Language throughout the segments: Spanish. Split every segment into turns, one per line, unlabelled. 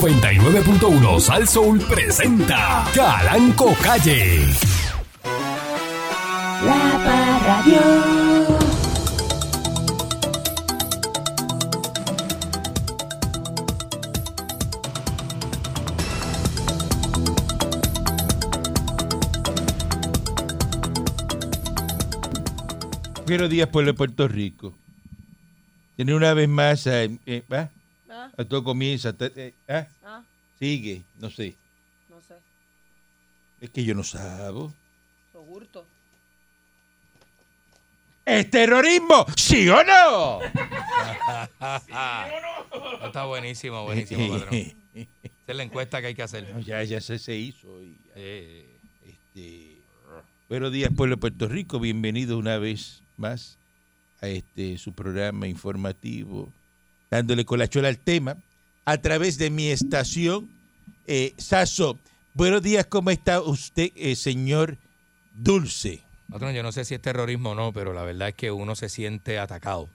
99.1 Sal Soul presenta Calanco Calle.
La Parradio.
Buenos días, pueblo de Puerto Rico. Tener una vez más a, eh, ¿va?
Ah.
a todo comienza. ta- eh, ¿ah?
Ah,
Sigue, no sé.
no sé.
Es que yo no sabo.
Los hurtos.
¿Es terrorismo? ¿Sí o no?
No, Está buenísimo, buenísimo, patrón. Esa es la encuesta que hay que hacer.
No, ya, ya se, se hizo. y ya,
Eh,
este, buenos días, pueblo de Puerto Rico. Bienvenido una vez más a este su programa informativo, dándole colachuela al tema, a través de mi estación. Eh, Saso, buenos días, ¿cómo está usted, eh, señor Dulce?
patrón, yo no sé si es terrorismo o no, pero la verdad es que uno se siente atacado.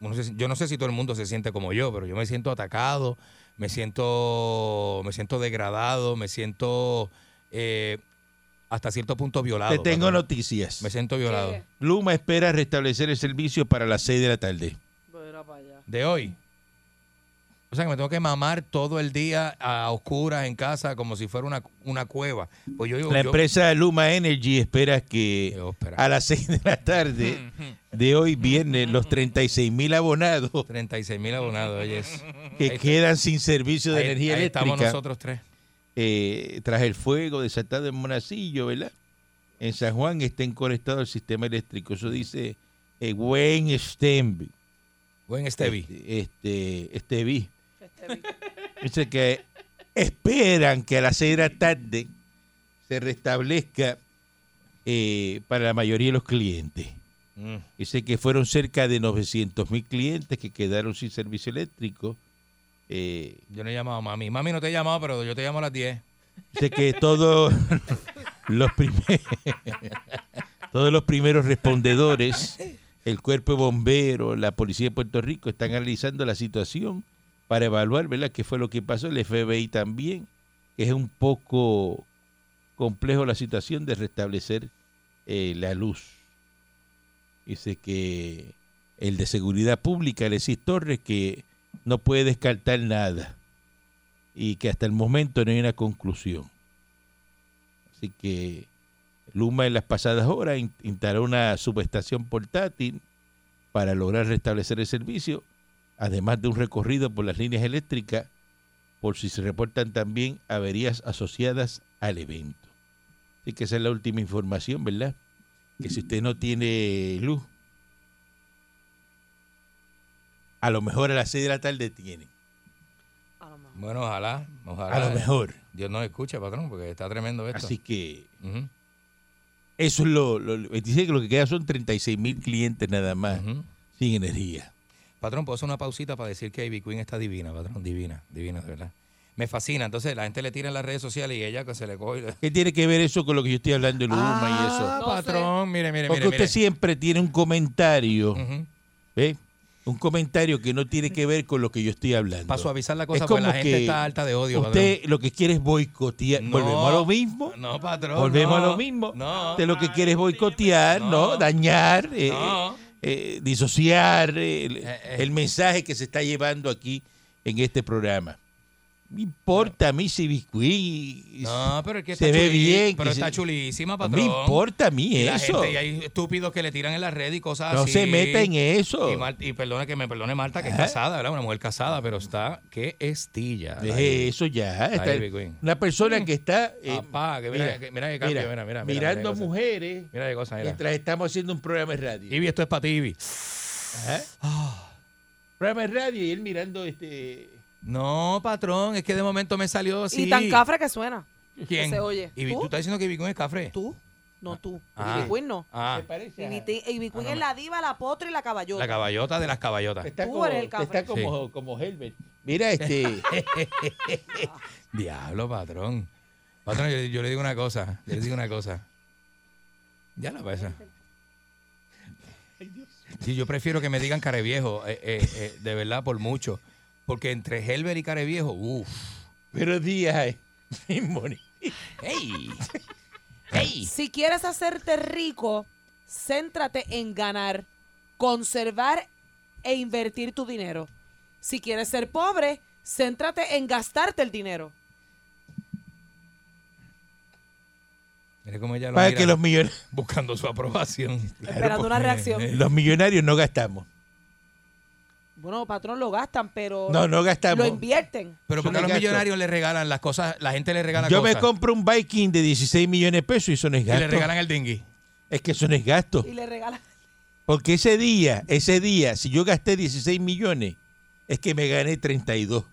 Uno se- yo no sé si todo el mundo se siente como yo, pero yo me siento atacado, me siento, me siento degradado, me siento eh, hasta cierto punto violado.
Te tengo
patrón.
noticias.
Me siento violado.
¿Qué?
Luma espera restablecer el servicio para las 6 de la tarde.
Verá para allá.
de hoy. O sea que me tengo que mamar todo el día a oscuras en casa como si fuera una, una cueva. Pues yo digo,
La
yo-
empresa Luma Energy espera que
Yo, espera.
a las 6 de la tarde de hoy viernes los 36 mil abonados
36 mil abonados, oye. es-
que
Ahí-
quedan sin servicio de
ahí-
energía
ahí estamos
eléctrica
nosotros tres.
eh, tras el fuego desatado en Monacillo, ¿verdad? En San Juan estén conectados al sistema eléctrico. Eso dice eh, Wayne Stenby.
Buen Stevie.
Este, este, Estevi.
Este vi-
Dice que esperan que a las 6 de la tarde se restablezca eh, para la mayoría de los clientes.
Mm.
Dice que fueron cerca de 900 mil clientes que quedaron sin servicio eléctrico. Eh,
Yo no he llamado a mami. Mami no te he llamado, pero yo te llamo a las 10.
dice que todos los, primer- todos los primeros respondedores, el cuerpo de bomberos, la policía de Puerto Rico, están analizando la situación para evaluar ¿verdad? qué fue lo que pasó. El FBI también, que es un poco complejo la situación de restablecer eh, la luz. Dice que el de Seguridad Pública, Alexis Torres, que no puede descartar nada y que hasta el momento no hay una conclusión. Así que Luma en las pasadas horas in- instaló una subestación portátil para lograr restablecer el servicio, además de un recorrido por las líneas eléctricas por si se reportan también averías asociadas al evento. Así que esa es la última información, ¿verdad? Que si usted no tiene luz, a lo mejor a las 6 de la tarde tiene.
A lo mejor.
Bueno, ojalá. ojalá
A lo mejor.
Dios nos escuche, patrón, porque está tremendo esto.
Así que
Ujú,
eso es lo, lo- lo- Dice que lo que queda son 36 mil clientes nada más
ujú.
sin energía.
Patrón, puedo hacer una pausita para decir que Ivy Queen está divina, patrón. Divina, divina, de verdad. Me fascina. Entonces la gente le tira en las redes sociales y ella que se le coge. y le-
¿Qué tiene que ver eso con lo que yo estoy hablando de Luma y
Ah,
eso?
No sé.
patrón, mire, mire,
Porque
mire.
usted
mire.
siempre tiene un comentario,
Ujú.
¿ve? Un comentario que no tiene que ver con lo que yo estoy hablando.
Para suavizar la
Es
cosa,
como
porque la gente
que
está alta de odio,
Usted lo que quiere es boicotear.
No.
Volvemos a lo mismo.
patrón. No, patrón.
Volvemos
no.
a lo mismo.
No.
Usted lo que quiere es boicotear, ¿no?
No.
Dañar, eh,
No.
eh, disociar eh, el,
Eh, eh.
el mensaje que se está llevando aquí en este programa. Me importa a mí si Biscuit
No, pero es que
se
está
ve
chuli-
bien.
Pero
que se-
está chulísima,
No
patrón.
me importa a mí
Y la
eso.
gente- y hay estúpidos que le tiran en la red y cosas
No
así.
se meta en eso.
Y, Mar- y perdona que me perdone Marta, que es
Ajá.
casada, ¿verdad? Una mujer casada, pero está. ¡Qué estilla!
Deje eso ya. Está-
Ivy Queen.
una persona que está eh,
Mm. Papá, que mira, que- mira qué cambio, mira, mira, mira,
mirando
mira qué cosa.
mujeres
Mira qué cosa, mira.
mientras estamos haciendo un programa de radio.
Ivy, esto es para ti, Ivy.
Ajá. Programa de radio y él mirando este.
No, patrón, es que de momento me salió así.
Y tan cafre que suena.
¿Quién?
que se oye.
Ivy, ¿tú?
¿Tú?
estás diciendo que Ivy Queen es cafre?
Tú, no tú.
Ah.
Ivy Queen no.
Ah,
¿Te parece?
Ivy Te- Ivy Queen es la diva, la potra y la caballota.
la caballota de las caballotas.
Está
Tú
como,
eres el cafre.
está como, como Helbert. Mira, este.
Diablo, patrón. Patrón, yo, yo le digo una cosa. Yo le digo una cosa. Ya la pasa. Sí, yo prefiero que me digan careviejo, eh, eh, eh, de verdad, por mucho. Porque entre Helber y Careviejo, uff.
Pero días, Moni. ¡Hey! ¡Hey!
Si quieres hacerte rico, céntrate en ganar, conservar e invertir tu dinero. Si quieres ser pobre, céntrate en gastarte el dinero.
Mire cómo ella lo
Para
mira, eh.
que los, millon-
buscando su aprobación.
Esperando una reacción.
los millonarios no gastamos.
Bueno, patrón, lo gastan, pero
No, no
lo
gastamos.
invierten.
Pero
Yo
porque a
me
los
gasto.
millonarios les regalan las cosas, la gente les regala
Yo
cosas.
me compro un Viking de 16 millones de pesos y eso no es
y le
gasto.
regalan el dinghy.
Es que eso no es gasto.
Y le regalan.
Porque ese día, ese día, si yo gasté 16 millones, es que me gané 32.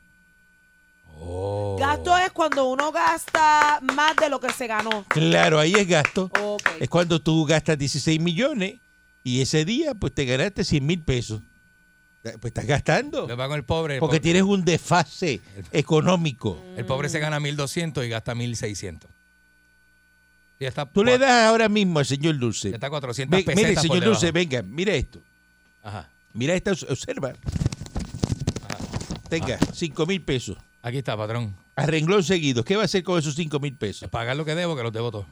Oh.
Gasto es cuando uno gasta más de lo que se ganó.
Claro, ahí es gasto.
Oh,
Ok.
Es cuando tú gastas 16 millones y ese día, pues te ganaste 100 mil pesos. Eh, Pues estás gastando.
Lo va con el pobre. El,
Porque
pobre,
tienes un desfase económico.
el pobre se gana 1.200 y gasta 1.600. Ya está.
Tú le
cua-
das ahora mismo al señor Dulce.
Ya está 400
Ve-
pesetas
mire,
por
señor
debajo.
Dulce, venga, mira esto.
Ajá.
Mira esta, os- observa. Tenga,
Ah.
5 mil pesos.
Aquí está, patrón.
A renglón seguido. ¿Qué va a hacer con esos 5 mil pesos?
Pagar lo que debo, que los debo todos.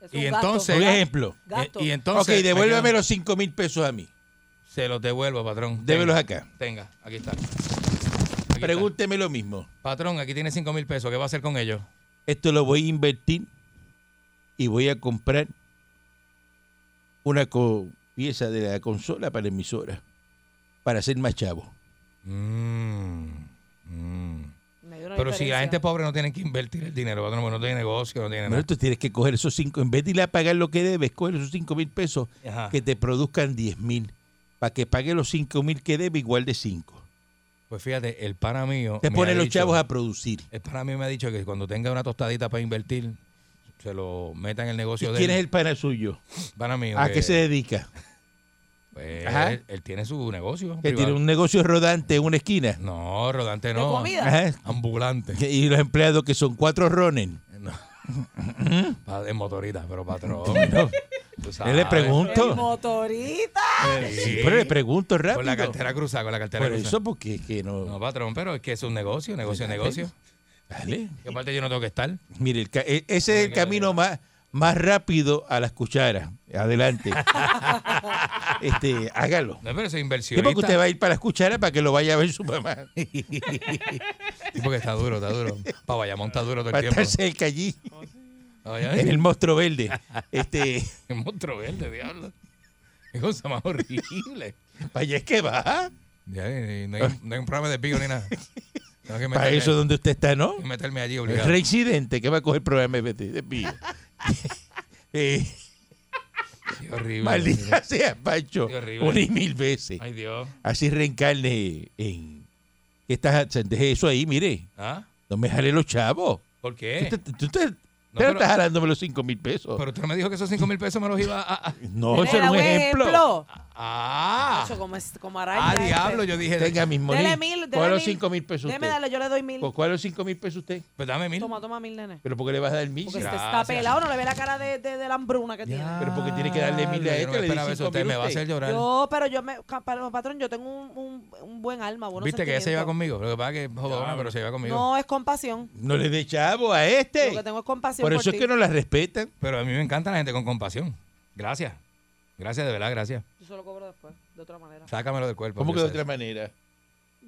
Es
y
un
entonces-
Por
Gato.
ejemplo.
Gasto.
Y, y Eh, ah, entonces.
ok, devuélveme
me
los 5 mil pesos a mí.
quedo- Se los devuelvo, patrón.
Débelos
Tenga,
acá.
Tenga, aquí está. Aquí está.
Pregúnteme lo mismo.
Patrón, aquí tiene 5 mil pesos. ¿Qué va a hacer con ellos?
Esto lo voy a invertir y voy a comprar una co- pieza de la consola para la emisora. Para ser más chavo.
Mm, mm.
Me dio una
Pero si
diferencia.
la gente pobre no tiene que invertir el dinero, patrón, porque no tiene negocio, no tiene
Pero
nada.
tú tienes que coger esos 5, en vez de ir a pagar lo que debes, coger esos 5 mil pesos
Ajá.
que te produzcan 10 mil. Para que pague los 5 mil que debe igual de 5.
Pues fíjate, el pana mío.
Te
me
ponen
ha
los
dicho-
chavos a producir.
El pana mío me ha dicho que cuando tenga una tostadita para invertir, se lo meta en el
¿Y
negocio de
quién es Ah, el pana suyo?
el pana mío?
¿A
que-
qué se dedica?
pues,
Ajá.
él, él tiene su negocio.
Que tiene
privado.
un negocio rodante en una esquina.
No, rodante
¿De
no.
comida?
Ajá.
Ambulante.
Y los empleados que son cuatro ronen.
No. Pa- de motorita, pero patrón. tú sabes.
Yo le
El
pregunto.
motorita.
Sí.
Pero le pregunto
Con
rápido.
la cartera cruzada, con la cartera
Por
cruzada.
eso, Pues porque es que no.
No, patrón, pero es que es un negocio, negocio, negocio.
Dale.
Y aparte yo no tengo que estar.
Mire, el ca- e- ese es el camino más, más rápido a las cucharas. Adelante. este, hágalo.
No, pero eso es
Sí,
inversión.
porque usted va a ir para las cucharas para que lo vaya a ver su mamá.
porque está duro, está duro. Pa' Bayamón está duro todo
Para
el
estar
tiempo.
cerca allí,
Pa' Bayamón.
en el monstruo verde. Este,
El monstruo verde, diablo. Qué cosa más horrible.
para allá es que va.
Ya, eh, no, hay, no hay un programa de pico ni nada. Tengo que meterme,
Para eso donde usted está, ¿no?
tengo que meterme allí
El
obligado.
residente que va a coger programa de desvío. eh,
Qué horrible.
maldita sea, Pancho.
Qué horrible.
Una y mil veces.
Ay, Dios.
Así reencarne en. que Estás, deje eso ahí, mire.
¿Ah?
No me jale los chavos.
¿Por
Tú,
qué?
te- tú te- usted
pero-
no estás jalándome los cinco mil pesos.
Pero usted no me dijo que esos 5 mil pesos me los iba a. a-
no, eso
Dele
era un
buen
ejemplo.
¡Ah!
Eso como es- como araña
¡Ah,
este.
diablo! Yo dije.
Tenga mis
Dele
monitos.
mil, dele
¿Cuál los
mil.
cinco mil pesos
Deme,
usted?
dale, yo le doy mil.
¿Cu- ¿Cuál los cinco mil pesos usted?
Pues dame mil.
Toma, toma mil, nene.
¿Pero por qué le vas a dar mil?
Porque este se
Gracias.
está pelado, no le ve la cara de, de- de la hambruna que tiene.
Pero porque tiene que darle mil a
Yo
este,
no me
le di
esperaba eso.
cinco
Usted
mil
me va a
usted.
hacer llorar.
Yo, pero yo me, ca- pa- patrón, yo tengo un, un- un buen alma, buenos
Viste que ella se lleva
sentimientos.
conmigo. Lo que pasa es que jodona, pero se lleva conmigo.
No, es compasión.
No le dé chavo a
Lo
este.
que tengo es compasión
Por
por,
eso es
ti.
que no las respetan.
Pero a mí me encanta la gente con compasión. Gracias. Gracias, de verdad, gracias.
Yo se lo cobro después, de otra manera.
Sácamelo del cuerpo.
¿Cómo que de
Moisés.
otra manera?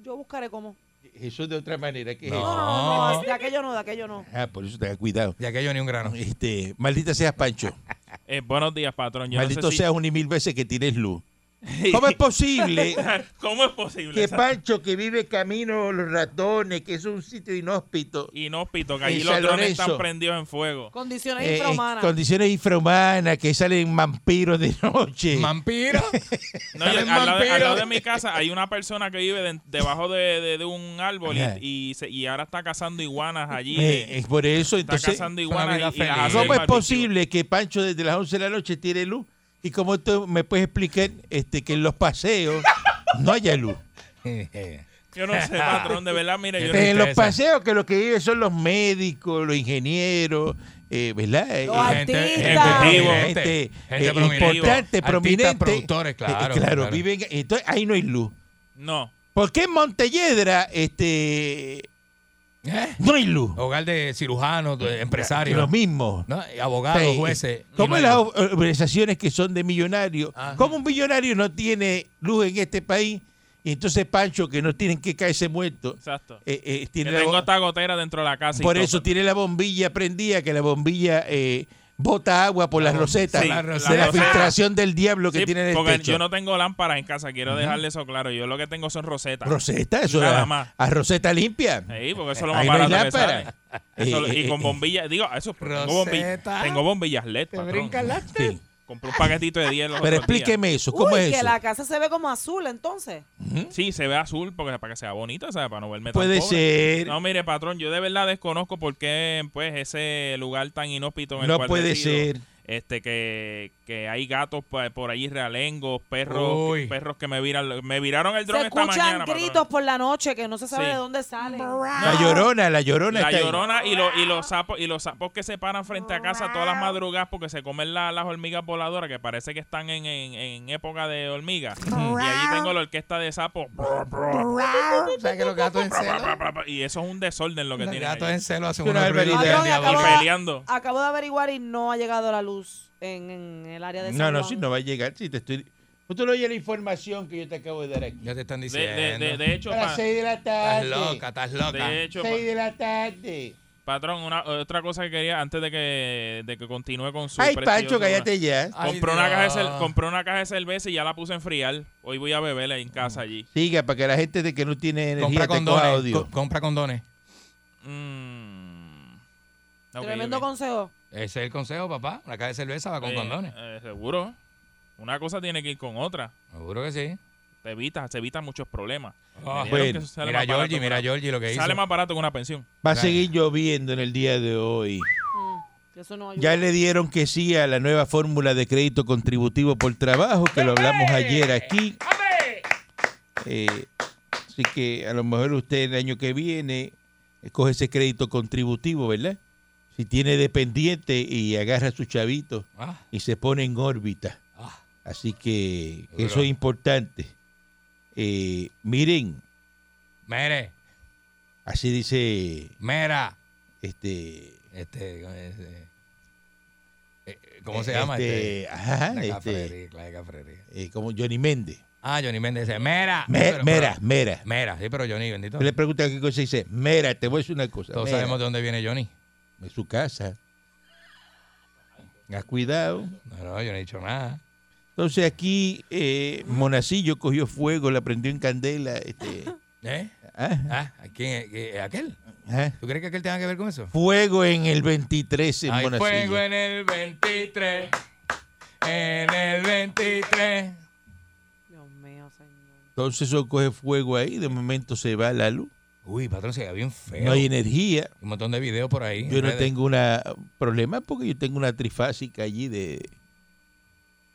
Yo buscaré cómo.
Eso es de otra manera. ¿qué es
No.
eso?
No,
Ah.
no, no, de aquello no, de aquello no.
Ah, por eso tenga cuidado.
Y aquello ni un grano.
Este, maldita seas, Pancho.
Eh, buenos días, patrón. Yo no
Maldito
sé si-
seas un y mil veces que tienes luz. ¿Cómo es posible
¿Cómo es posible?
que
esa-
Pancho, que vive camino los ratones, que es un sitio inhóspito,
Y no, Pito, que
En
allí los
San
drones
Lorenzo.
están prendidos en fuego.
Condiciones
eh, en
infrahumanas.
condiciones infrahumanas, que salen vampiros de noche?
¡Mampiro!
No, yo-
Salen
al, lado, al
vampiros.
lado de mi casa hay una persona que vive de- debajo de, de- de un árbol y-
Ajá.
y, se- y ahora está cazando iguanas allí.
Eh, es por eso,
está
entonces,
cazando
es una vida
iguanas y- y, las
feliz.
hace el
¿cómo es
barbecue.
posible que Pancho desde las 11 de la noche tiene luz? ¿Y cómo tú me puedes explicar este, que en los paseos no haya luz?
Yo no sé, patrón, de verdad, mire, yo
Qué
en los
tristeza.
paseos que los que viven son los médicos, los ingenieros, eh, ¿verdad? Eh,
Los
eh,
Gente-
artistas.
gente-
gente,
gente-
eh,
gente
importante,
prominente. Artistas,
prominente.
productores,
Eh,
claro,
claro,
claro.
viven. Entonces ahí no hay luz.
no.
¿Por qué en Montelledra este,
¿Eh?
no hay luz?
Hogar de cirujanos, de empresarios,
Lo mismo.
¿no? Y abogados,
Sí.
jueces. y
¿Cómo
no-
las organizaciones que son de millonarios?
Ajá.
¿Cómo un millonario no tiene luz en este país? Y entonces Pancho, que no tienen que caerse muerto,
Exacto.
eh, eh,
Que
tiene la
tengo
bo-
esta gotera dentro de la casa. y
por
todo.
eso tiene la bombilla prendida, que la bombilla eh, bota agua por las
bom-
rosetas,
sí,
de
la
la,
roseta.
filtración del diablo que
Sí,
tiene en el
porque
techo.
yo no tengo lámparas en casa, quiero dejarle eso claro. Yo lo que tengo son rosetas.
Roseta, eso
Nada
a-
más.
a roseta limpia.
Sí, porque eso es lo más
Ahí no hay
barato que sale.
lámpara.
Eso lo-
Eh,
y
eh,
con
eh,
bombillas, digo, eso tengo, bombillas,
Roseta.
tengo bombillas LED,
Te
patrón.
brincan las
sí.
Compré un paquetito de 10 los
Pero
otros días.
explíqueme eso, ¿cómo
Uy,
es
que
eso?
la casa se ve como azul entonces.
Sí, se ve azul porque para que sea bonito, ¿sabes? Para no verme tan
Puede
pobre.
ser,
No, mire, patrón, yo de verdad desconozco por qué pues ese lugar tan inhóspito en el
no
cual
puede
resido,
ser.
Este que, que hay gatos por, por allí realengos, perros,
Uy.
perros que me viran, me viraron
Se
el dron esta
escuchan
mañana. patrón.
gritos por la noche que no se sabe
Sí.
de dónde salen.
La llorona, la llorona
La
Este
está ahí.
llorona y, lo- y los sapos y los sapos que se paran frente a casa todas las madrugadas porque se comen la- las hormigas voladoras que parece que están en, en- en época de hormigas. Y allí tengo la orquesta de sapos.
O sea, que los gatos en celo.
Y eso es un desorden lo que
Los
tienen.
gatos
allí.
en celo hacen
Una
una
barbaridad.
Patrón,
Y
Acaba-
peleando.
Acabo de averiguar y no ha llegado la luz en, en el área de San
No, no,
Juan.
si no va a llegar. Si te estoy... Usted no oye la información que yo te acabo de dar aquí.
Ya te están
De, de-
diciendo.
de- de hecho,
A las
pa-
6 de la
Estás
tarde.
loca, estás loca.
de hecho, pa-
6 de la tarde.
patrón, una, otra cosa que quería antes de que, de que continúe con su.
Ay,
precioso-
Pancho, cállate ya.
Ay,
Compré una, caja de
Dios.
cer- compré una caja de cerveza y ya la puse a enfriar. Hoy voy a beberla en casa allí.
Siga, para que la gente de que no tiene energía
Compra
te coja
condones.
odio.
co- compra condones.
Mm. Ok,
Tremendo
ok.
consejo.
Ese es el consejo, papá. Una caja de cerveza va con
Eh,
condones.
eh, seguro. Una cosa tiene que ir con otra.
Seguro que sí.
Te evitas, se evitan muchos problemas.
Ah,
Me dijeron
bueno.
que eso sale
Mira a
más barato
Georgie,
que
mira a
una-
Georgie lo que hizo.
Sale más barato que una pensión.
Va a seguir lloviendo en el día de hoy.
Mm, que eso no ayuda.
Ya le dieron que sí a la nueva fórmula de crédito contributivo por trabajo, que lo hablamos ayer aquí. Eh, así que a lo mejor usted el año que viene eh, coge ese crédito contributivo, ¿verdad? Si tiene dependiente y agarra a su chavito
Ah,
y se pone en órbita.
ah.
Así que
Seguro.
eso es importante. Eh, miren,
Mire,
así dice
mira.
este.
Este, este, eh, ¿Cómo se
eh,
llama?
este,
Este,
ajá,
la
este,
cafrería, la cafrería.
eh, como Johnny Méndez.
Ah, Johnny Méndez dice, mira.
Me-
Pero-
mera, mera.
pero- Mira, sí, pero Johnny, bendito.
Yo le pregunto qué cosa y dice, mera, te voy a decir una cosa.
Todos
mera,
sabemos de dónde viene Johnny.
De su casa. Has cuidado.
No, no, yo no he dicho nada.
Entonces aquí eh, Monacillo cogió fuego, la prendió en candela. Este,
¿Eh?
ah,
Ah, ¿a ¿quién? es? ¿Qué- ¿Aquel?
ah.
¿Tú crees que aquel tenga que ver con eso?
Fuego en el 23 en
Hay
Monacillo.
fuego en el 23. En el 23.
Dios mío, señor.
Entonces eso coge fuego ahí, de momento se va la luz.
Uy, patrón, se ve bien feo.
No hay energía.
Un montón de videos por ahí.
Yo
en
no
redes.
tengo una problema porque yo tengo una trifásica allí de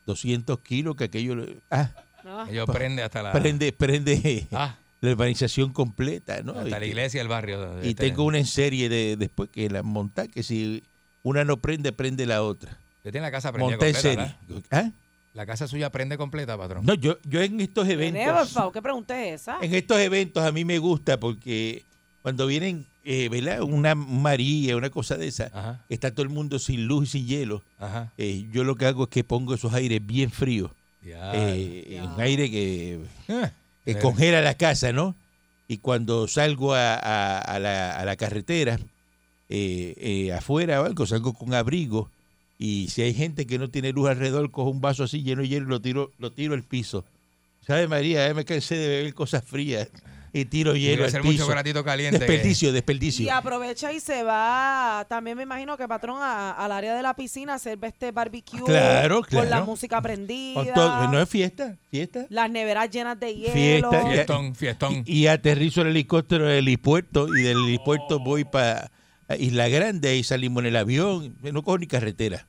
200 kilos que aquello... le- Ah,
Ah,
Ellos prende hasta la.
prende, prende
Ah,
la urbanización completa, ¿no?
hasta la
Este,
iglesia, el barrio.
Y
Este,
tengo una en serie de después que la monta, que si una no prende, prende la otra.
Usted tiene la casa prendida
Monta en
completa.
serie.
¿verdad?
¿Ah?
La casa suya prende completa, patrón.
No, yo, yo en estos
Never,
eventos,
Fau, ¿qué pregunta es esa?
en estos eventos a mí me gusta porque cuando vienen, eh, ¿verdad? Una María, una cosa de esa,
Ajá,
está todo el mundo sin luz y sin hielo.
ajá.
Eh, yo lo que hago es que pongo esos aires bien fríos.
Ah, Ya.
eh, un aire que,
Ah,
que
eh,
congela la casa, ¿no? Y cuando salgo a, a- a la, a la carretera, eh, eh, afuera o algo, salgo con abrigo. Y si hay gente que no tiene luz alrededor, cojo un vaso así lleno de hielo y lo tiro, lo tiro al piso. ¿Sabe, María? Ya me cansé de beber cosas frías y tiro hielo
Tiene que
al
ser mucho
piso.
gratito caliente. que-
Desperdicio,
Y
desperdicio.
aprovecha y se va, también me imagino que patrón a- al área de la piscina a hacer este barbecue
Claro,
con la
claro.
música
Con
prendida,
todo- no es fiesta, fiesta.
las neveras llenas de hielo.
Fiesta, ya-
Fiestón, fiestón.
Y, y aterrizo el helicóptero del helipuerto y del helipuerto voy para Isla Grande, ahí salimos en el avión, no cojo ni carretera.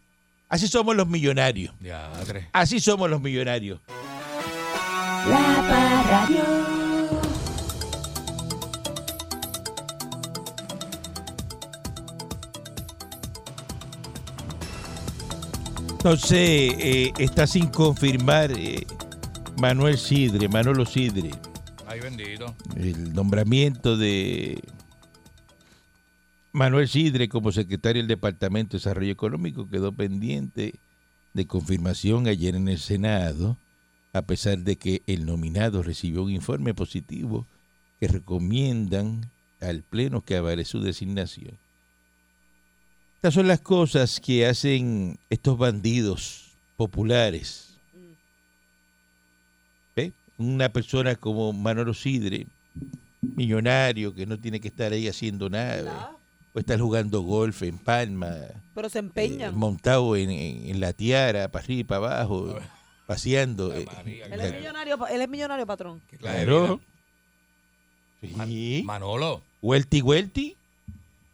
Así somos los millonarios,
Ya, tres.
así somos los millonarios.
La Parradio.
Entonces, eh, está sin confirmar eh, Manuel Sidre, Manolo Sidre.
Ahí bendito.
el nombramiento de Manuel Sidre como secretario del Departamento de Desarrollo Económico quedó pendiente de confirmación ayer en el Senado, a pesar de que el nominado recibió un informe positivo que recomiendan al Pleno que avale su designación. Estas son las cosas que hacen estos bandidos populares. ¿Ve? Una persona como Manolo Sidre, millonario, que no tiene que estar ahí haciendo nada, o estar jugando golf en Palma,
Pero
eh,
se empeñan.
montado en, en- en la tiara, para arriba y para
Ah,
abajo, paseando. eh,
él, es millonario, pa- él es millonario, patrón.
Qué clase de
claro.
vida.
Sí.
Manolo,
Huelti Huelti.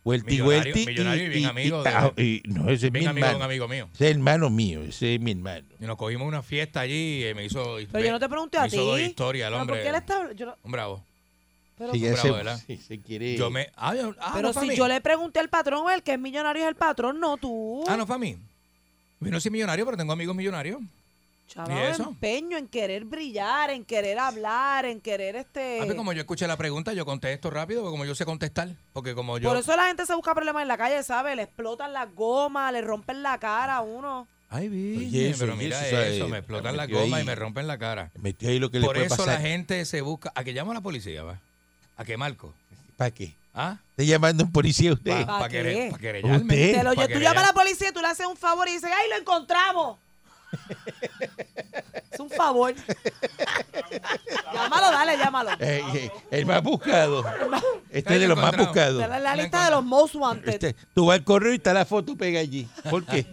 Huelti
Millonario,
Huelti. y-
millonario y bien
y-
amigo
y-
de-
ah, y- no, ese es mi
bien amigo de un
hermano.
amigo mío.
Ese es hermano mío, ese es mi hermano.
Y nos cogimos una fiesta allí y me hizo.
Pero yo no te pregunté a
me
ti.
hizo dos historias, el
Pero
hombre.
¿por qué él está- yo no-
Un bravo.
pero-
Sí,
tú
ese-
bravo, ¿verdad?
sí, se quiere.
Yo me. Ah, yo- ah,
pero
no fue a
si
mí.
yo le pregunté al patrón, el que es millonario es el patrón, no tú.
Ah, no fue a mí. Yo no soy millonario, pero tengo amigos millonarios.
Chaval,
¿Y eso?
empeño en querer brillar, en querer hablar, en querer este.
A mí, Ah, pues como yo escuché la pregunta, yo contesto rápido, porque como yo sé contestar. Porque como yo.
Por eso la gente se busca problemas en la calle, ¿sabes? Le explotan las gomas, le rompen la cara a uno.
Oye,
Ay, bien.
eso,
Pero
oye,
mira
eso,
eso,
eh,
me explotan la
metió
goma
ahí.
y me rompen la cara.
Metió ahí lo que le
Por
puede
eso la
pasar.
gente se busca. ¿A qué llamo a la policía, va? ¿A qué marco?
¿Para qué?
¿Ah?
Está llamando a un policía usted.
Para
¿Pa qué?
querellarme. Pa querellarme.
¿Usted?
Te lo-
Pa'
tú llamas a
querellar-
la policía, tú le haces un favor y dices, ¡ay, lo encontramos! es un favor. llámalo, dale, llámalo.
Eh, eh, el más buscado. Este es de los más
encontrado.
buscados.
Está en la
lo
lista de los most wanted.
Este, tú vas al correo y está la foto pega allí. ¿Por qué?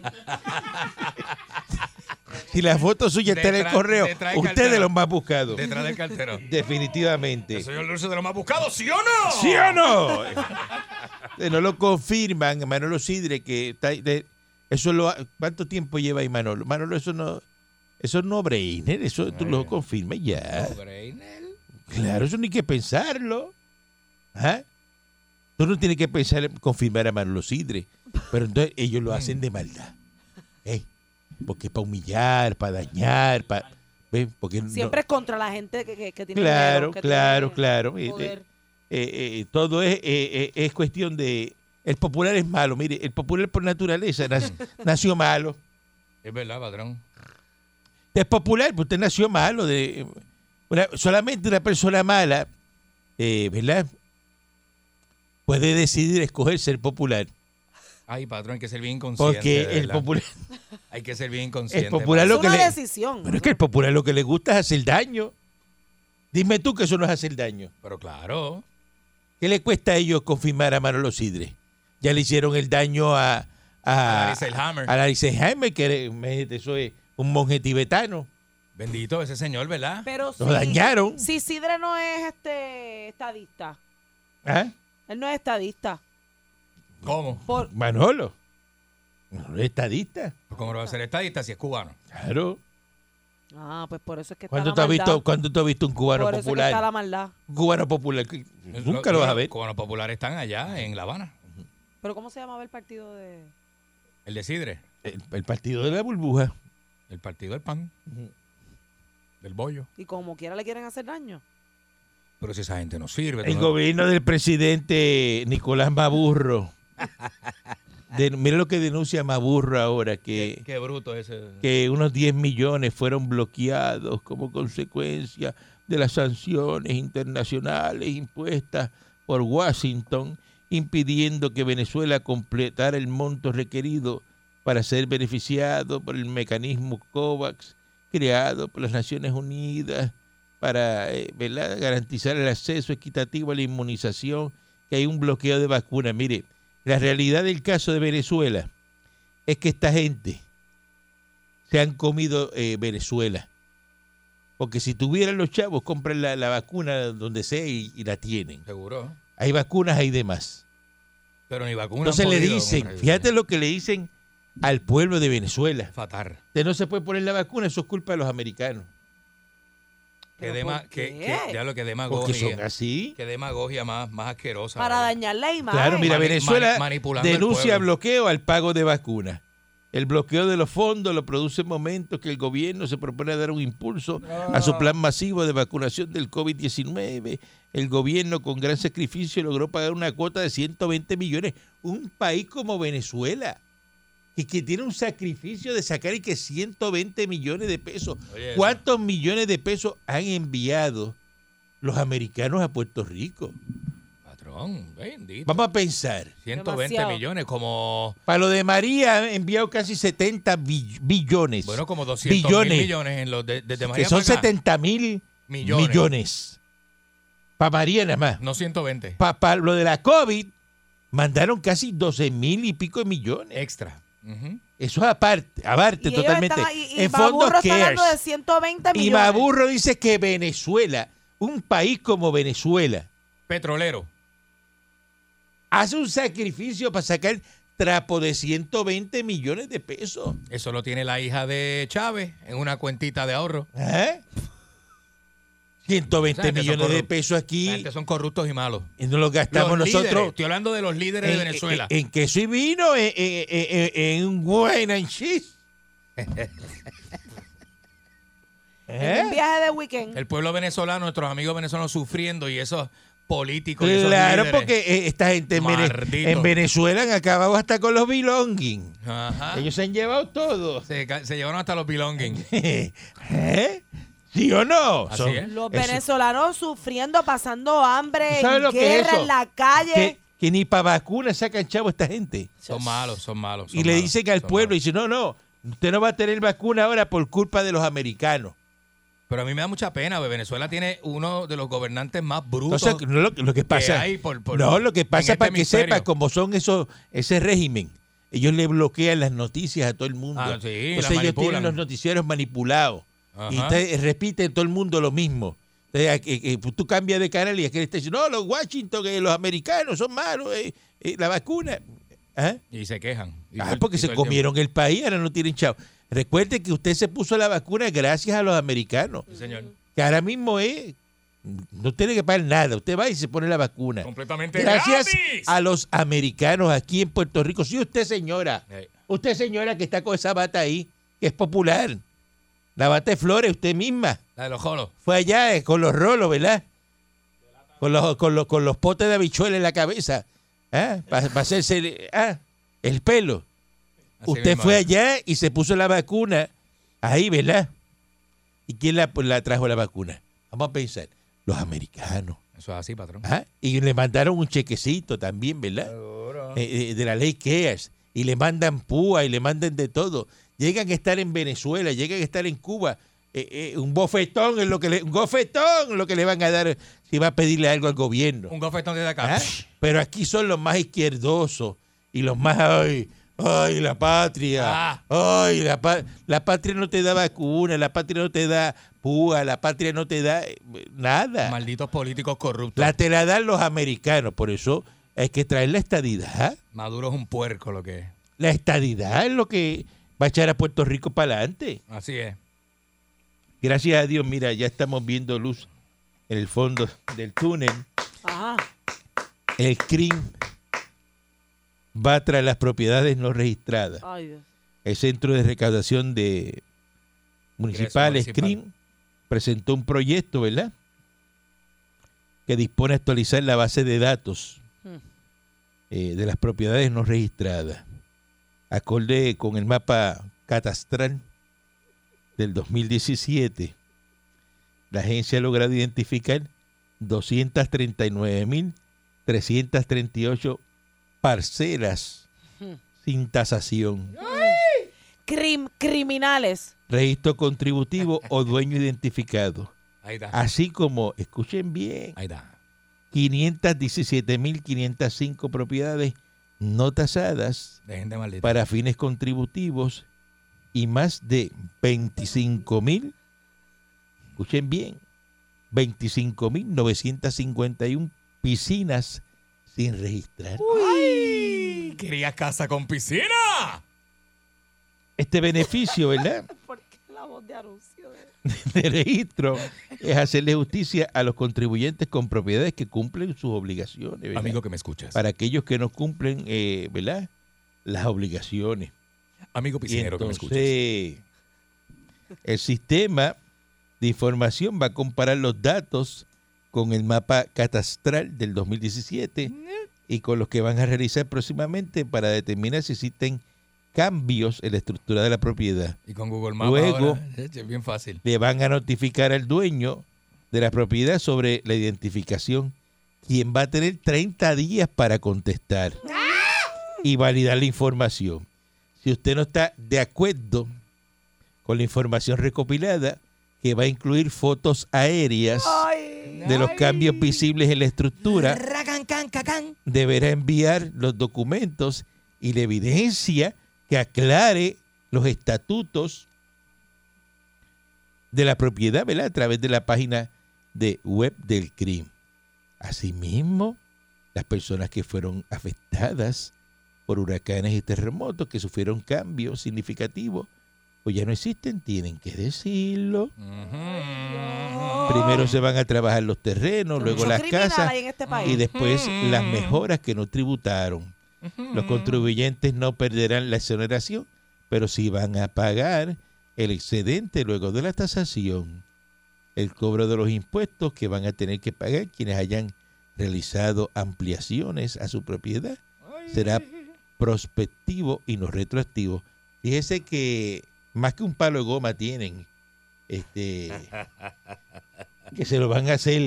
si la foto suya está en el
Detrás-
correo,
detrás del
usted es de
cartero.
los más buscados.
Detrás del carterón.
Definitivamente.
Soy Oh. el dulce de los más buscados, ¿sí o no?
¿Sí o no? Eh, no lo confirman, Manolo Sidre, que está de- eso lo ha- ¿cuánto tiempo lleva ahí Manolo? Manolo, eso no, eso no brainer, eso tú lo confirmas ya.
Oh, Brainer.
Claro, eso no hay que pensarlo. ¿Ah? Tú no tienes que pensar en confirmar a Manolo Sidre. Pero entonces ellos lo hacen de maldad. ¿eh? Porque es para humillar, para dañar, para. ¿ves? Porque no-
Siempre es contra la gente que, que- que tiene
Claro,
dinero, que
claro,
tiene
claro. Eh,
poder.
eh, eh, todo es, eh, eh, es cuestión de. El popular es malo. Mire, el popular por naturaleza nac- nació malo.
Es verdad, patrón.
Usted es popular, pero usted nació malo. De, una- solamente una persona mala, eh, ¿verdad? Puede decidir escoger ser popular.
Ay, patrón, hay que ser bien consciente.
Porque
de
el
verdad.
popular.
Hay que ser bien consciente.
el popular lo
es
que
una
le-
decisión.
Pero es que el popular lo que le gusta es hacer daño. Dime tú que eso no es hacer daño.
Pero claro.
¿Qué le cuesta a ellos confirmar a Manolo Sidre? Ya le hicieron el daño a.
A
A
Larissa Elhammer.
a Larissa Elhammer, que era- imagínate, eso es un monje tibetano.
Bendito ese señor, ¿verdad?
Pero
Lo
si-
dañaron.
Si Sidre no es este estadista,
¿Ah?
él no es estadista.
¿Cómo?
Por,
Manolo. Manolo es estadista.
¿Cómo lo va a ser estadista si es cubano?
Claro.
ah, pues por eso es que está
¿Cuándo
la
tú, has
maldad.
visto, cuándo tú has visto un cubano
por eso es que está la
popular?
maldad.
Un cubano popular. que Nunca lo vas a ver.
Cubanos populares están allá en La Habana.
Pero ¿cómo se llamaba el partido de...?
El de Sidre.
El, el partido de la burbuja.
El partido del pan. Del bollo.
Y como quiera le quieren hacer daño.
Pero si esa gente no sirve.
El
tú no-
gobierno del presidente Nicolás Maburro. De- mira lo que denuncia Maburro ahora, que...
Qué bruto ese.
que unos 10 millones fueron bloqueados como consecuencia de las sanciones internacionales impuestas por Washington, impidiendo que Venezuela completara el monto requerido para ser beneficiado por el mecanismo COVAX creado por las Naciones Unidas para eh, ¿verdad? garantizar el acceso equitativo a la inmunización, que hay un bloqueo de vacunas. Mire, la realidad del caso de Venezuela es que esta gente se han comido eh, Venezuela. Porque si tuvieran los chavos, compran la, la vacuna donde sea y, y la tienen.
Seguro.
Hay vacunas, hay demás.
Pero ni vacuna.
Entonces
han
le
podido,
dicen,
hombre.
fíjate lo que le dicen al pueblo de Venezuela.
Fatal.
Usted no se puede poner la vacuna, eso es culpa de los americanos.
Que
¿Pero
dema-
por
que-
qué?
que- ya lo que
Porque son
demagogia.
así.
Que demagogia más, más asquerosa.
Para
¿verdad?
dañar la imagen.
Claro, mira,
Mani-
Venezuela
mani- manipulando al
denuncia
pueblo.
bloqueo al pago de vacunas. El bloqueo de los fondos lo produce en momentos que el gobierno se propone dar un impulso a su plan masivo de vacunación del COVID-19. El gobierno con gran sacrificio logró pagar una cuota de 120 millones. Un país como Venezuela, y que tiene un sacrificio de sacar y que 120 millones de pesos.
Oye,
¿Cuántos millones de pesos han enviado los americanos a Puerto Rico?
Patrón, bendito.
Vamos a pensar.
120
Demasiado.
millones, como.
Para lo de María han enviado casi 70 bill- billones.
Bueno, como 200 mil
Billones.
millones en los de, desde María
que son
para acá.
70 mil
Millones. Mm.
millones. Para María nada más.
No 120.
Para lo de la COVID, mandaron casi 12 mil y pico de millones.
Extra. Ujú.
Eso es aparte, aparte
Y ellos
este, totalmente.
están ahí- y
en
Maburro
fondos
está hablando de
CARES.
120 millones.
Y Maburro dice que Venezuela, un país como Venezuela,
Petrolero.
hace un sacrificio para sacar trapo de 120 millones de pesos.
Eso lo tiene la hija de Chávez en una cuentita de ahorro.
¿Ah?
O
120
sea, que son
millones de
corrup-
pesos
La
aquí
gente son corruptos y malos.
y nos lo gastamos
Los líderes,
nosotros Eh,
estoy hablando de los líderes
en,
de Venezuela.
en- en queso y vino, en, en, en- en- en wine and cheese.
En un
¿Eh?
viaje de weekend.
el pueblo venezolano, nuestros amigos venezolanos sufriendo y esos políticos. y esos
Claro,
líderes.
porque eh, esta gente en, Vene-
Maldito.
en Venezuela han acabado hasta con los belonging.
Ajá.
Ellos se han llevado todo.
Se, ca- se llevaron hasta los belongings.
¿Eh? ¿Sí o no?
Así
Son-
es.
Los
eso-
venezolanos sufriendo, pasando hambre,
¿Sabes
en
lo que es
guerra,
eso?
en la calle.
que, que ni para vacunas sacan chavo esta gente.
Son malos, son malos. son
y le
malos,
dicen al
son
pueblo,
malos.
dice, no, no, usted no va a tener vacuna ahora por culpa de los americanos.
Pero a mí me da mucha pena, porque Venezuela tiene uno de los gobernantes más brutos.
Entonces, no, lo, lo que pasa,
hay por- por-
no, lo que
en
pasa
este
para que
hemisferio.
sepa cómo son esos, ese régimen. Ellos le bloquean las noticias a todo el mundo.
Ah, sí, las
Entonces ellos
manipulan.
tienen los noticieros manipulados. Y
Ajá.
te- repite todo el mundo lo mismo. Entonces, a- que- que tú cambias de canal y aquel está diciendo, no, los Washington, que los americanos son malos, eh, eh, la vacuna. ¿Ah?
y se quejan. Y
Ah,
todo el-
porque
y
se
todo el tiempo.
comieron el país, ahora no tienen chavo. Recuerde que usted se puso la vacuna gracias a los americanos,
Sí, señor.
que ahora mismo es, no tiene que pagar nada, usted va y se pone la vacuna.
Completamente
Gracias Ah,
gratis.
a los americanos aquí en Puerto Rico. Sí, usted señora,
Eh,
usted señora que está con esa bata ahí, que es popular, la bata de flores, usted misma,
La de los jolos.
fue allá eh, con los rolos, ¿verdad? Con los, con los, con los potes de habichuela en la cabeza, para hacerse eh, ah, el pelo.
Así
Usted
mismo eh.
fue
es.
allá y se puso la vacuna ahí, ¿verdad? ¿Y quién la, la trajo la vacuna? Vamos a pensar, los americanos.
Eso es así, patrón.
Ajá. Y le mandaron un chequecito también, ¿verdad? Eh, eh, de la ley CARES. Y le mandan púa y le mandan de todo. Llegan a estar en Venezuela, llegan a estar en Cuba. Eh, eh, un bofetón es lo que le, un bofetón es lo que le van a dar si va a pedirle algo al gobierno.
Un gofetón desde acá.
¿Ah? Pero aquí son los más izquierdosos y los más, ay, ay, la patria, ay, la, pa- la patria no te da vacuna, la patria no te da púa, la patria no te da eh, nada.
Malditos políticos corruptos.
La te la dan los americanos, por eso hay que traer la estadidad.
Maduro es un puerco lo que es.
La estadidad es lo que va a echar a Puerto Rico para adelante.
Así es.
Gracias a Dios, mira, ya estamos viendo luz en el fondo del túnel.
Ajá.
El crimen va tras las propiedades no registradas.
Ay, Dios.
El Centro de Recaudación de Municipales,
Ingreso municipal.
CRIM, presentó un proyecto, ¿verdad? Que dispone a actualizar la base de datos
Hmm.
eh, de las propiedades no registradas, acorde con el mapa catastral del 2017. La agencia ha logrado identificar 239.338 parcelas
Hmm.
sin tasación
Crim- criminales.
registro contributivo o dueño identificado,
Ahí está.
así como, escuchen bien,
Ahí está.
517.505 propiedades no tasadas
De gente maldita.
para fines contributivos y más de 25.000, escuchen bien, 25.951 piscinas sin registrar.
¡Ay! Querías casa con piscina.
Este beneficio, ¿verdad?
¿Por qué la voz de anuncio?
de registro es hacerle justicia a los contribuyentes con propiedades que cumplen sus obligaciones, ¿verdad?
pues. Amigo que me escuchas.
Para aquellos que no cumplen, eh, ¿verdad? Las obligaciones.
Amigo
Y
piscinero que me escuchas.
entonces, el sistema de información va a comparar los datos con el mapa catastral del 2017 y con los que van a realizar próximamente para determinar si existen cambios en la estructura de la propiedad.
Y con Google Maps
Luego-
ahora, es bien fácil.
Le van a notificar al dueño de la propiedad sobre la identificación, quien va a tener 30 días para contestar y validar la información. Si usted no está de acuerdo con la información recopilada, que va a incluir fotos aéreas de los cambios visibles en la estructura, deberá enviar los documentos y la evidencia que aclare los estatutos de la propiedad, ¿verdad? A través de la página de web del CRIM. Asimismo, las personas que fueron afectadas por huracanes y terremotos que sufrieron cambios significativos o ya no existen, tienen que decirlo. Primero se van a trabajar los terrenos, luego
Mucho
las
criminal
casas
hay en este
y
país.
después las mejoras que no tributaron. Los contribuyentes no perderán la exoneración, pero sí van a pagar el excedente luego de la tasación, el cobro de los impuestos que van a tener que pagar quienes hayan realizado ampliaciones a su propiedad. Será prospectivo y no retroactivo. Fíjese que más que un palo de goma tienen, este, que se lo van a hacer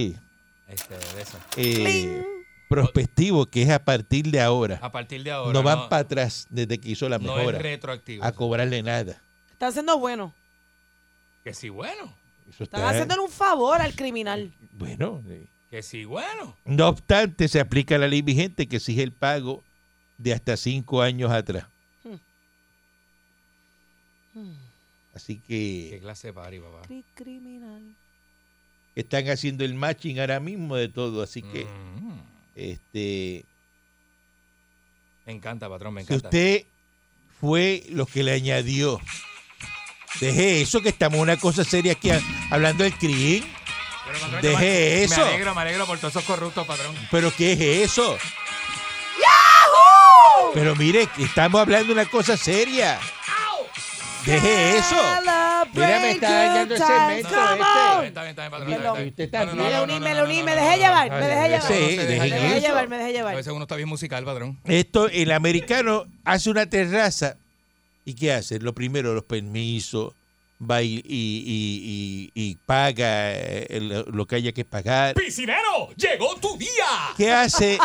Este, de eso.
eh, prospectivo, que es a partir de ahora.
A partir de ahora.
no van para atrás desde que hizo la
no es
mejora
retroactivo.
a cobrarle nada.
Están haciendo bueno.
Que sí, bueno.
Eso
Están
está-
haciéndole un favor al criminal.
Bueno, eh,
Que sí, bueno.
no obstante, se aplica la ley vigente que exige el pago de hasta cinco años atrás. Así
Qué
que
clase de party, papá.
Cri- Criminal.
están haciendo el matching ahora mismo de todo. Así que,
Mm.
este,
Me encanta, patrón, me
si
encanta.
usted fue lo que le añadió, deje eso que estamos en una cosa seria aquí a- hablando del crimen.
Pero, patrón,
Deje
yo me-
eso.
Me alegro, me alegro por todos esos corruptos, patrón.
¿Pero qué es eso? Pero mire, que estamos hablando de una cosa seria. Deje eso. Mira, me está dañando el cemento
Come
este.
on.
Está bien, está bien, patrón.
Bien,
está bien, está bien.
usted está
No, no,
Me
no,
lo
no,
uní,
no,
me
no,
lo
no,
uní,
no,
me
no,
dejé
no,
llevar,
no,
me
no,
dejé
no,
llevar.
no,
Sí,
se
dejen
deja
Me dejé
eso.
llevar, me dejé
A
llevar.
veces uno está bien musical, patrón.
Esto, el americano hace una terraza. ¿Y qué hace? Lo primero, los permisos. Va y, y- y- y- y paga eh, lo- lo que haya que pagar.
¡Piscinero! ¡Llegó tu día!
¿Qué hace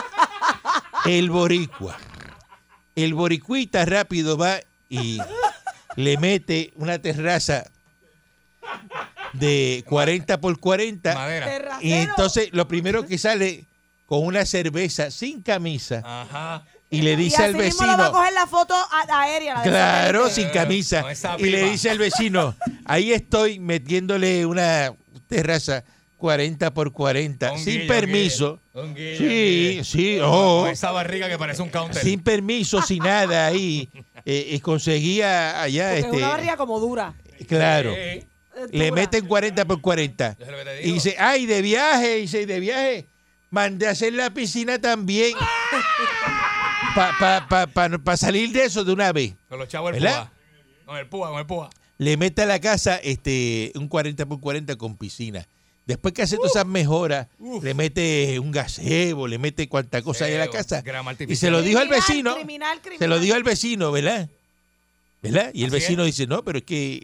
el boricua? El boricuita rápido va y le mete una terraza de 40 por 40
Madera.
Terracero.
y entonces lo primero que sale con una cerveza sin camisa
Ajá.
y le
Y
dice al
así mismo le va a
vecino,
coger la foto a- aérea. la de
claro,
satélite.
sin
Con
camisa,
Eh, esa
y le
pipa.
dice al vecino, ahí estoy metiéndole una terraza 40 por 40
Un
sin
guille,
permiso.
un guille, un
Sí,
guille.
sí, oh.
Con esa barriga que parece un counter.
sin permiso, sin nada ahí, eh, y conseguía allá,
Porque es una
este,
barriga como dura.
claro,
Eh,
Es
le
dura.
meten 40 por 40.
es lo que te
Y
digo.
dice, ay, de viaje, y dice, "y de viaje, mandé a hacer la piscina también. Para salir de eso de una vez.
Con los chavos el
¿Verdad?
púa. Con el púa, con el púa.
Le mete a la casa este un 40 por 40 con piscina. Después que hace todas esas mejoras,
Uf.
le mete un gazebo, le mete cuanta cosa ahí a la
Gazebo,
casa.
grama
Y se
artificial.
lo dijo al
Criminal,
vecino.
criminal, criminal.
Se lo dijo al vecino, ¿verdad? ¿Verdad? Y el
Así es.
vecino dice, no, pero es que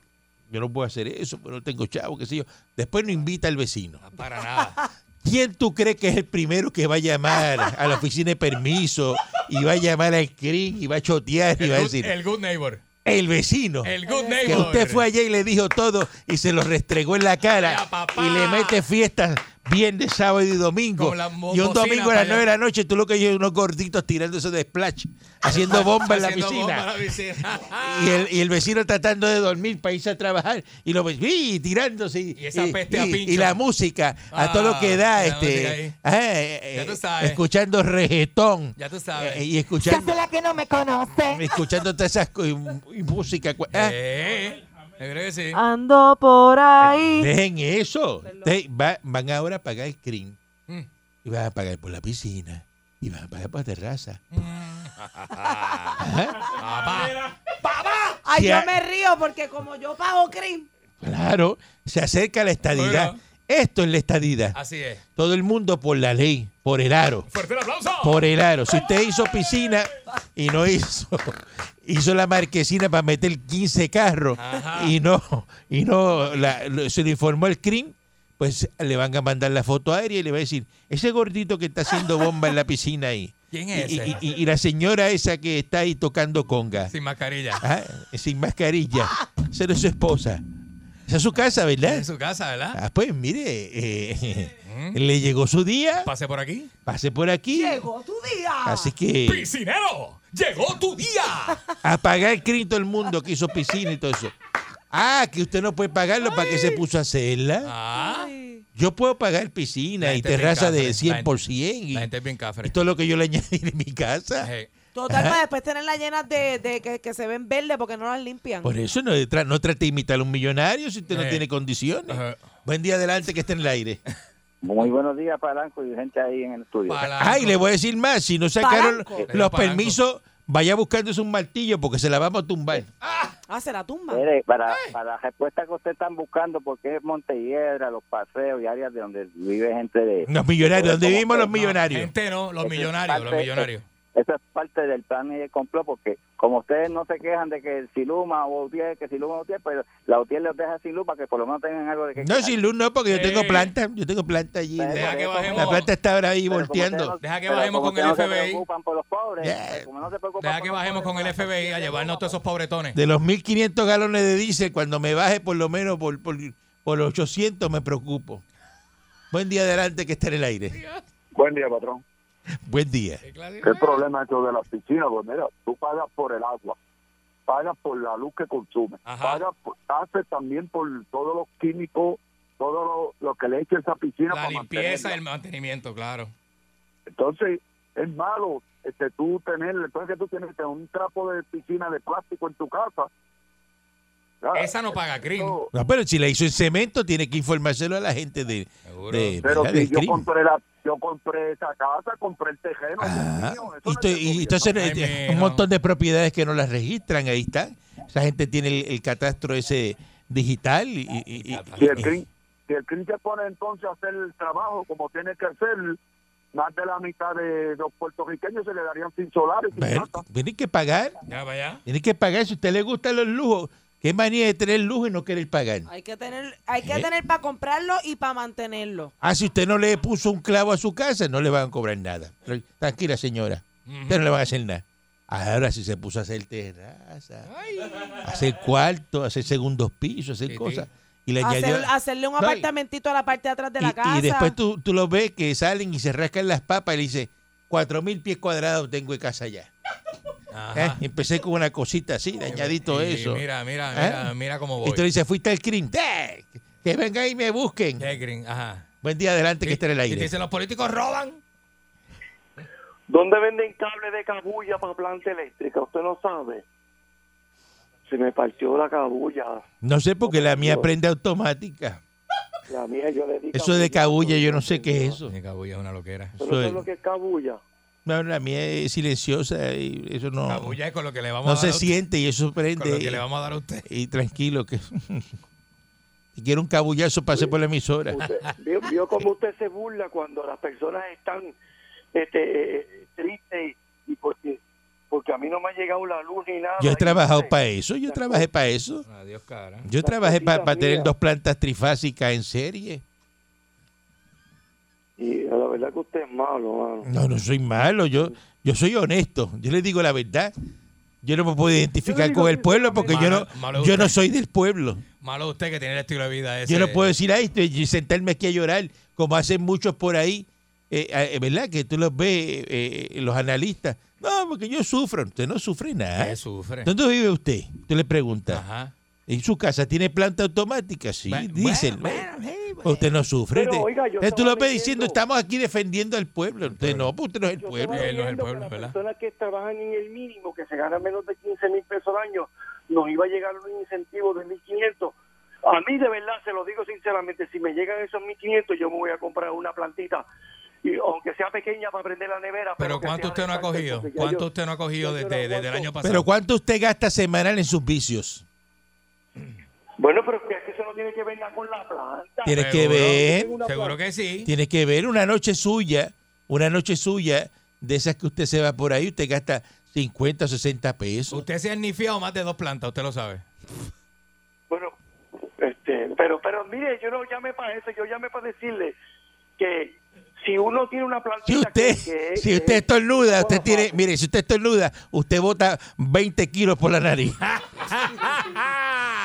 yo no puedo hacer eso, pero no tengo chavo, qué sé yo. Después no invita al vecino.
Ah, Para nada.
¿Quién tú crees que es el primero que va a llamar a la oficina de permiso y va a llamar al CRIM y va a chotear y
El
va a
good,
decir, el,
el good neighbor.
vecino?
El good
que
neighbor.
usted fue allá y le dijo todo y se lo restregó en la cara
Ya, papá.
y le mete fiestas viernes, sábado y domingo.
Con la mo-
Y un
bocina
domingo a
para
las 9 de
allá.
la noche, tú lo que oyes es unos gorditos tirándose de splash, haciendo bomba en la
Haciendo
piscina.
bomba en la piscina.
Y el, y el vecino tratando de dormir para irse a trabajar y lo ve- ¡y! tirándose y,
Y esa peste a
y-
pincho.
y la música a todo lo que da
Ah, la música
este
ahí.
ajá, eh,
Ya tú
eh,
sabes.
escuchando reggaetón
Ya tú sabes.
eh, y escuchando la que no me conoce escuchando todas esas co- y- y música cu- ah,
Eh, yo creo que sí.
Ando por ahí.
dejen eso Ustedes va- van ahora a pagar el crin
Mm.
y van a pagar por la piscina y
Mm.
van a pagar por la terraza Ajá.
Papá.
Ay,
se
yo
a-
me río porque como yo pago crimen.
Claro, se acerca la estadidad.
Bueno.
Esto es la estadidad.
Así es.
Todo el mundo por la ley, por el aro.
¡Fuerte el aplauso!
Por el aro. Si usted hizo piscina y no hizo, hizo la marquesina para meter 15 carros
Ajá.
y no, y no la- lo- se le informó el CRIM, pues le van a mandar la foto aérea y le va a decir, ese gordito que está haciendo bomba en la piscina ahí.
¿Quién
Y,
es ese?
y- y- y la señora esa que está ahí tocando conga,
Sin mascarilla.
Ah, sin mascarilla, esa no es su esposa. Esa es su casa, ¿verdad?
En su casa, ¿verdad?
eh. Ah, pues mire, eh,
¿Mm?
le llegó su día,
Pase por aquí.
pase por aquí.
Llegó tu día.
Así que
¡Piscinero! ¡Llegó tu día!
a pagar el crimen todo el mundo que hizo piscina y todo eso. Ah, que usted no puede pagarlo, ¿para qué se puso a hacerla?
Ah,
Ay,
Yo puedo pagar piscina
La
y
gente es
terraza
bien
de
cafre, la
100
gente-
por 100 y,
la gente es bien
y
cafre. Eh,
todo lo que yo le añadí en mi casa.
Hey.
Total, para después tenerlas llenas de, de que, que se ven verdes porque no las limpian.
Por eso no, tra- no trate de imitar a un millonario si usted no
Eh.
tiene condiciones.
Ajá.
Buen día adelante que esté en el aire.
Muy buenos días, Palanco y gente ahí en el estudio.
Palanco.
Ay, le voy a decir más, si no sacaron
Palanco.
los
Palanco.
permisos, vaya buscándose un martillo porque se la vamos a tumbar.
Ah, se la tumba.
Mire, para, para la respuesta que ustedes están buscando, porque es Montelledra, los paseos y áreas de donde vive gente de...
Los millonarios, ¿dónde
¿Cómo
vivimos
que
los
no?
millonarios?
Gente no, los
Eso es
millonarios, los
parte-
millonarios.
Eso es parte del plan y del complot, porque como ustedes no se quejan de que si Luma o Utiel, que si Luma o Utiel, pero la Utiel los deja sin luz para que por lo menos tengan algo de que...
No, sin luz no, porque yo
Sí.
tengo planta. Yo tengo planta allí.
Pero
Deja
por
que
eso-
bajemos.
La planta está ahora ahí
pero como ustedes
volteando.
no-
Deja que
pero
bajemos
como
con el
ustedes No se
FBI.
preocupan por los pobres.
Yeah.
pues Como no se preocupan
Deja
por
que
los
bajemos con
pobres,
el
pues,
FBI a llevarnos todos esos pobretones.
De los 1.500 galones de diésel, cuando me baje por lo menos por, por, por los 800 me preocupo. Buen día adelante que esté en el aire.
Buen día, patrón.
Buen día.
¿Qué problema es eso de las piscinas? Pues mira, tú pagas por el agua, pagas por la luz que consumes,
Ajá.
pagas por, haces también por todos los químicos, todo lo, lo que le echa esa piscina
La
para
limpieza,
mantenerla.
el mantenimiento, claro.
Entonces, es malo este, tú tener, entonces que tú tienes que tener un trapo de piscina de plástico en tu casa. Ya,
Esa no paga crimen.
eso-
No, Ah, pero si la hizo en cemento, tiene que informárselo a la gente de,
Seguro.
de-
Pero
¿verdad?
si
del
yo
crimen.
compré, la, yo compré esa casa, compré el tejeno.
Ah,
Dios mío, eso
y,
no es
estoy-
del
y
gobierno.
entonces
Ay,
eh,
mijo.
un montón de propiedades que no las registran, ahí están. Esa gente tiene el, el catastro ese digital y, y- y- y-
Si el, CRIM, si el CRIM se pone entonces a hacer el trabajo como tiene que hacer, más de la mitad de los puertorriqueños se le darían sin solares, sin
Bueno,
plata.
tienen que pagar,
Ya, vaya.
tienen que pagar. Si a usted le gustan los lujos, qué manía de tener lujos y no querer pagar.
Hay que tener, hay que
¿Eh?
tener para comprarlo y para mantenerlo.
Ah, si usted no le puso un clavo a su casa, no le van a cobrar nada. Tran- Tranquila, señora. Usted no le van a hacer nada. Ahora si se puso a hacer terraza, a hacer cuarto, a hacer segundos pisos, a hacer
Sí, sí.
cosas. Y le
Hacer-
añadió...
hacerle un
No, y-
apartamentito a la parte de atrás de la
y,
casa.
y después tú, tú los ves que salen y se rascan las papas y le dice, cuatro mil pies cuadrados tengo de casa ya. ¿Eh?
Ajá.
Empecé con una cosita así, dañadito
Y
eso.
Mira, mira,
¿Eh?
mira, mira cómo
Y tú le
voy.
dices, fuiste al crimen. ¡Eh! Que vengan y me busquen.
Ya, Green, ajá.
Buen día adelante que esté en el
Y te
aire.
dicen, los políticos roban.
¿Dónde venden cable de cabulla para planta eléctrica? Usted no sabe. Se me partió la cabulla.
No sé porque la mía prende automática.
La mía yo le di
Eso de cabulla, yo no sé qué es eso.
Mi cabulla es una loquera.
¿Pero
Eso
eso
es-
es lo que es cabulla?
No, la mía es silenciosa y eso no,
Cabulla es con lo que le vamos a
no
dar.
se
a usted-
siente y eso
Con lo que le
prende.
vamos a dar a usted.
Y, y tranquilo que... Si quiero un cabullazo, pase por la emisora.
Usted- ¿Vio, vio cómo usted se burla cuando las personas están este, eh, eh, tristes y, y porque porque a mí no me ha llegado la luz ni nada?
Yo he
Ahí
trabajado
usted-
para eso, yo trabajé para eso.
Adiós, cara.
Yo
Las
trabajé para
cositas
tener
mías.
dos plantas trifásicas en serie.
Y la verdad que usted es malo, mano.
No, no soy malo, yo, yo soy honesto, yo le digo la verdad. Yo no me puedo identificar con el pueblo porque yo no,
Malo- malo
yo no
usted.
soy del pueblo.
Malo usted que tiene el estilo de vida ese.
Yo no puedo decir, ay, estoy- y sentarme aquí a llorar, como hacen muchos por ahí, eh, eh, ¿verdad? Que tú los ves, eh, eh, los analistas. No, porque yo sufro, usted no sufre nada.
Que sufre.
¿Dónde vive usted? Tú le preguntas.
Ajá.
¿En su casa tiene planta automática? Sí,
Bueno,
dicen. Usted no sufre.
Pero,
de-
oiga, yo
eh, tú
estaba
lo ves diciendo,
leyendo-
estamos aquí defendiendo al pueblo. Usted no, pues usted no es el
Yo
pueblo.
estaba
Él no es el
viendo
pueblo,
que
¿verdad?
las personas que trabajan en el mínimo, que se ganan menos de 15 mil pesos al año, nos iba a llegar un incentivo de 1.500. A mí, de verdad, se lo digo sinceramente, si me llegan esos 1.500, yo me voy a comprar una plantita y aunque sea pequeña para prender la nevera.
Pero
que
¿cuánto
sea
usted no ha
bastante,
cogido?
porque ya
¿Cuánto
yo-
usted no ha cogido
ya yo
desde,
no
desde el año pasado?
Pero ¿cuánto usted gasta semanal en sus vicios?
Bueno, pero que eso no tiene que ver nada con la planta.
Tienes que
Seguro.
ver,
Seguro que sí.
tienes que ver una noche suya, una noche suya de esas que usted se va por ahí, usted gasta 50 o 60 pesos.
Usted se ha nifiado más de dos plantas, usted lo sabe.
Bueno, este, pero, pero mire, yo no llamé para eso, yo llamé para decirle que si uno tiene una plantita
Si usted,
que- que-
si usted estornuda, usted
Bueno,
tiene, mire, si usted estornuda, usted bota 20 kilos por la nariz.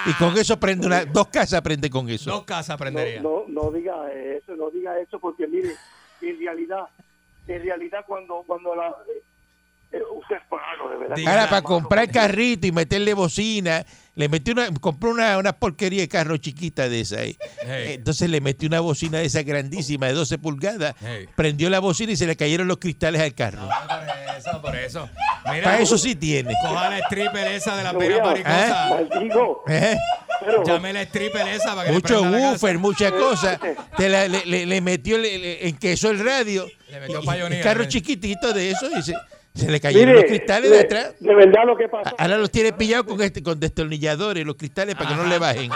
Y con eso prende una, dos casas prende con
Dos
eso.
casas prendería.
no, no, no diga eso, no diga eso, porque mire, en realidad, en realidad cuando, cuando la... eh, usted es malo, de verdad.
Diga
Ahora, para
Malo.
comprar carrito y meterle bocina, le metí una, compró una, una porquería de carro chiquita de esa ahí.
Hey.
Entonces le metí una bocina de esa grandísima de 12 pulgadas,
Hey.
prendió la bocina y se le cayeron los cristales al carro.
Por eso, por eso. Mira,
Para eso sí tiene.
Coja la stripper esa de la
No,
pera
ya.
maricosa.
Maldigo,
¿Eh?
pero...
Llame la stripper esa para que le
Mucho
prenda la casa.
woofer, muchas cosas. Te la- le, le- le metió, le, le enquesó el radio.
Le metió
Y- y-
payonía,
el carro
eh.
chiquitito de eso y se, se le cayeron los cristales de
de,
atrás.
de verdad lo que
A-
pasó...
Ahora los tiene pillados con, este, con destornilladores, los cristales, para que no le bajen.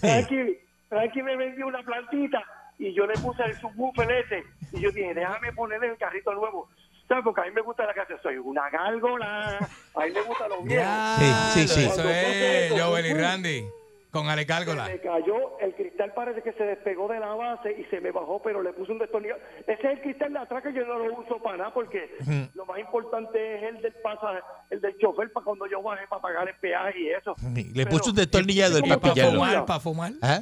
Frankie, Frankie me vendió una plantita y yo le puse el subwoofer ese y yo dije, déjame ponerle el carrito nuevo. ¿Sabes? Porque a mí me gusta la casa, soy una gárgola. A mí me gustan los viejos.
Ya,
Sí, sí, sí.
Ah, Eso es Joel y Randy. Con Ale Cárgola.
Me cayó, el cristal parece que se despegó de la base y se me bajó, pero le puse un destornillador. Ese es el cristal de atrás que yo no lo uso para nada porque lo más importante es el del pasaje, el del chofer para cuando yo baje para pagar el peaje y eso.
Le puso un
Pero-
destornillador
¿Y
para
cómo
Para
Pillalo.
pillarlo.
fumar, para fumar.
¿Ah?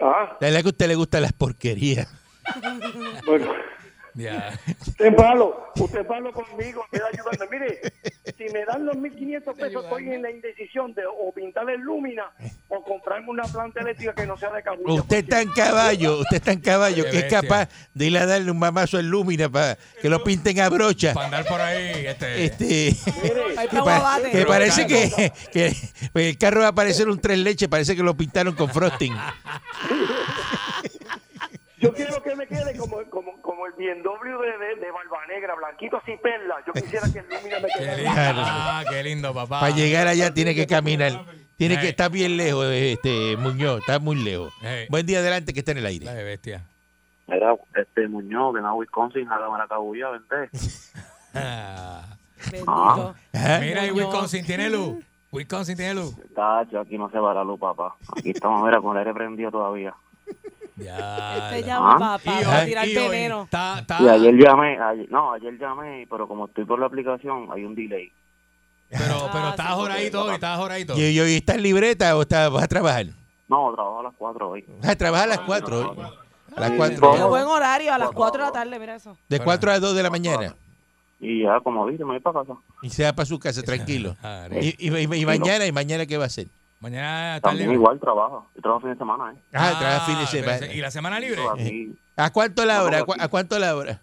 Ah,
La verdad que a usted le gustan las porquerías.
bueno.
Ya.
Usted es malo, usted es malo conmigo, me da ayudando. Mire, si me dan los 1.500 pesos, estoy en la indecisión de o pintarle lúmina o comprarme una planta eléctrica que no sea de cabulla.
Usted está en caballo, usted está en caballo,
Qué
que es
bestia.
capaz de ir a darle un mamazo al Lúmina para que lo pinten a brocha.
Para andar por ahí, este.
Este.
Ahí
Que,
está
pa-
Guabate.
que parece
Pero
que, que- pues, el carro va a parecer un tres leche, parece que lo pintaron con frosting.
Yo quiero que me quede como, como, como el BMW de, de, de Barba Negra, blanquito así perla. Yo quisiera que el lúmina me
Qué
quedara.
lindo, ah, qué lindo, papá.
Para llegar allá tiene que caminar. Tiene que
Hey.
estar bien lejos, este Muñoz, está muy lejos.
Hey.
Buen día adelante que está en el
La
aire.
de bestia.
Era este Muñoz, que no Wisconsin, nada más la cabulla, vente.
Ah.
Bendito.
Ajá.
Mira, y
Muñoz.
Wisconsin tiene luz. Wisconsin tiene luz.
Tacho, aquí no se va la luz, papá. Aquí estamos, mira, con el aire prendido todavía.
Ya.
Este, Te llama
Ah.
papá
Y
para
hoy-
tirar
y hoy
veneno.
está-
Ah.
está-
Y ayer llamé, ayer- no, ayer llamé, pero como estoy por la aplicación, hay un delay.
Pero, pero
Ah,
estás
sí,
joradito hoy, estás joradito.
¿Y, y hoy está en libreta o está, vas a trabajar?
No, trabajo a las 4 hoy.
Vas a trabajar a las 4 hoy. A las
Qué
4.
buen horario, a las 4 de la tarde, mira eso.
De 4 a 2 de la mañana.
Y ya, como viste, me voy para casa.
Y se va para su casa tranquilo.
Ah,
Y, y- y- y mañana, ¿y mañana qué va a hacer?
Mañana estás
También
libre.
igual trabajo. Yo trabajo fin de semana, ¿eh?
Ah, trabaja fin de
pero se- ¿Y
semana.
la semana libre?
Aquí,
¿A cuánto la hora? ¿A cu- ¿A cuánto la hora?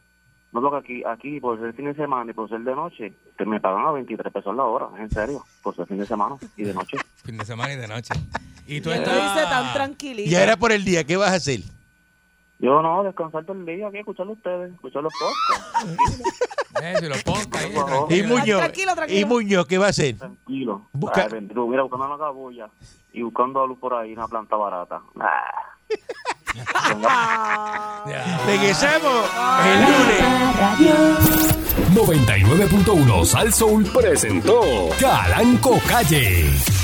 no, porque aquí, aquí, por ser fin de semana y por ser de noche, te me pagan a 23 pesos la hora, en serio, por ser fin de semana y de noche.
Fin de semana y de noche. Y tú
Él
estás...
lo dice tan tranquilito.
Ah. Y ahora por el día, ¿qué vas a hacer?
Yo no, descansar todo el día aquí, escucharlo a ustedes, escuchar los podcasts,
Eso, y los podcasts ahí,
Y
Y
tranquilo.
Muñoz,
tranquilo, tranquilo.
y Muñoz, ¿qué va a hacer?
tranquilo.
Busca-
Ay, bendito, mira, buscando una cabulla y buscando luz por ahí, una planta barata. Ah.
Ya.
Regresamos
Ah.
el lunes.
Radio.
99.1 Sal Soul presentó Calanco Calle.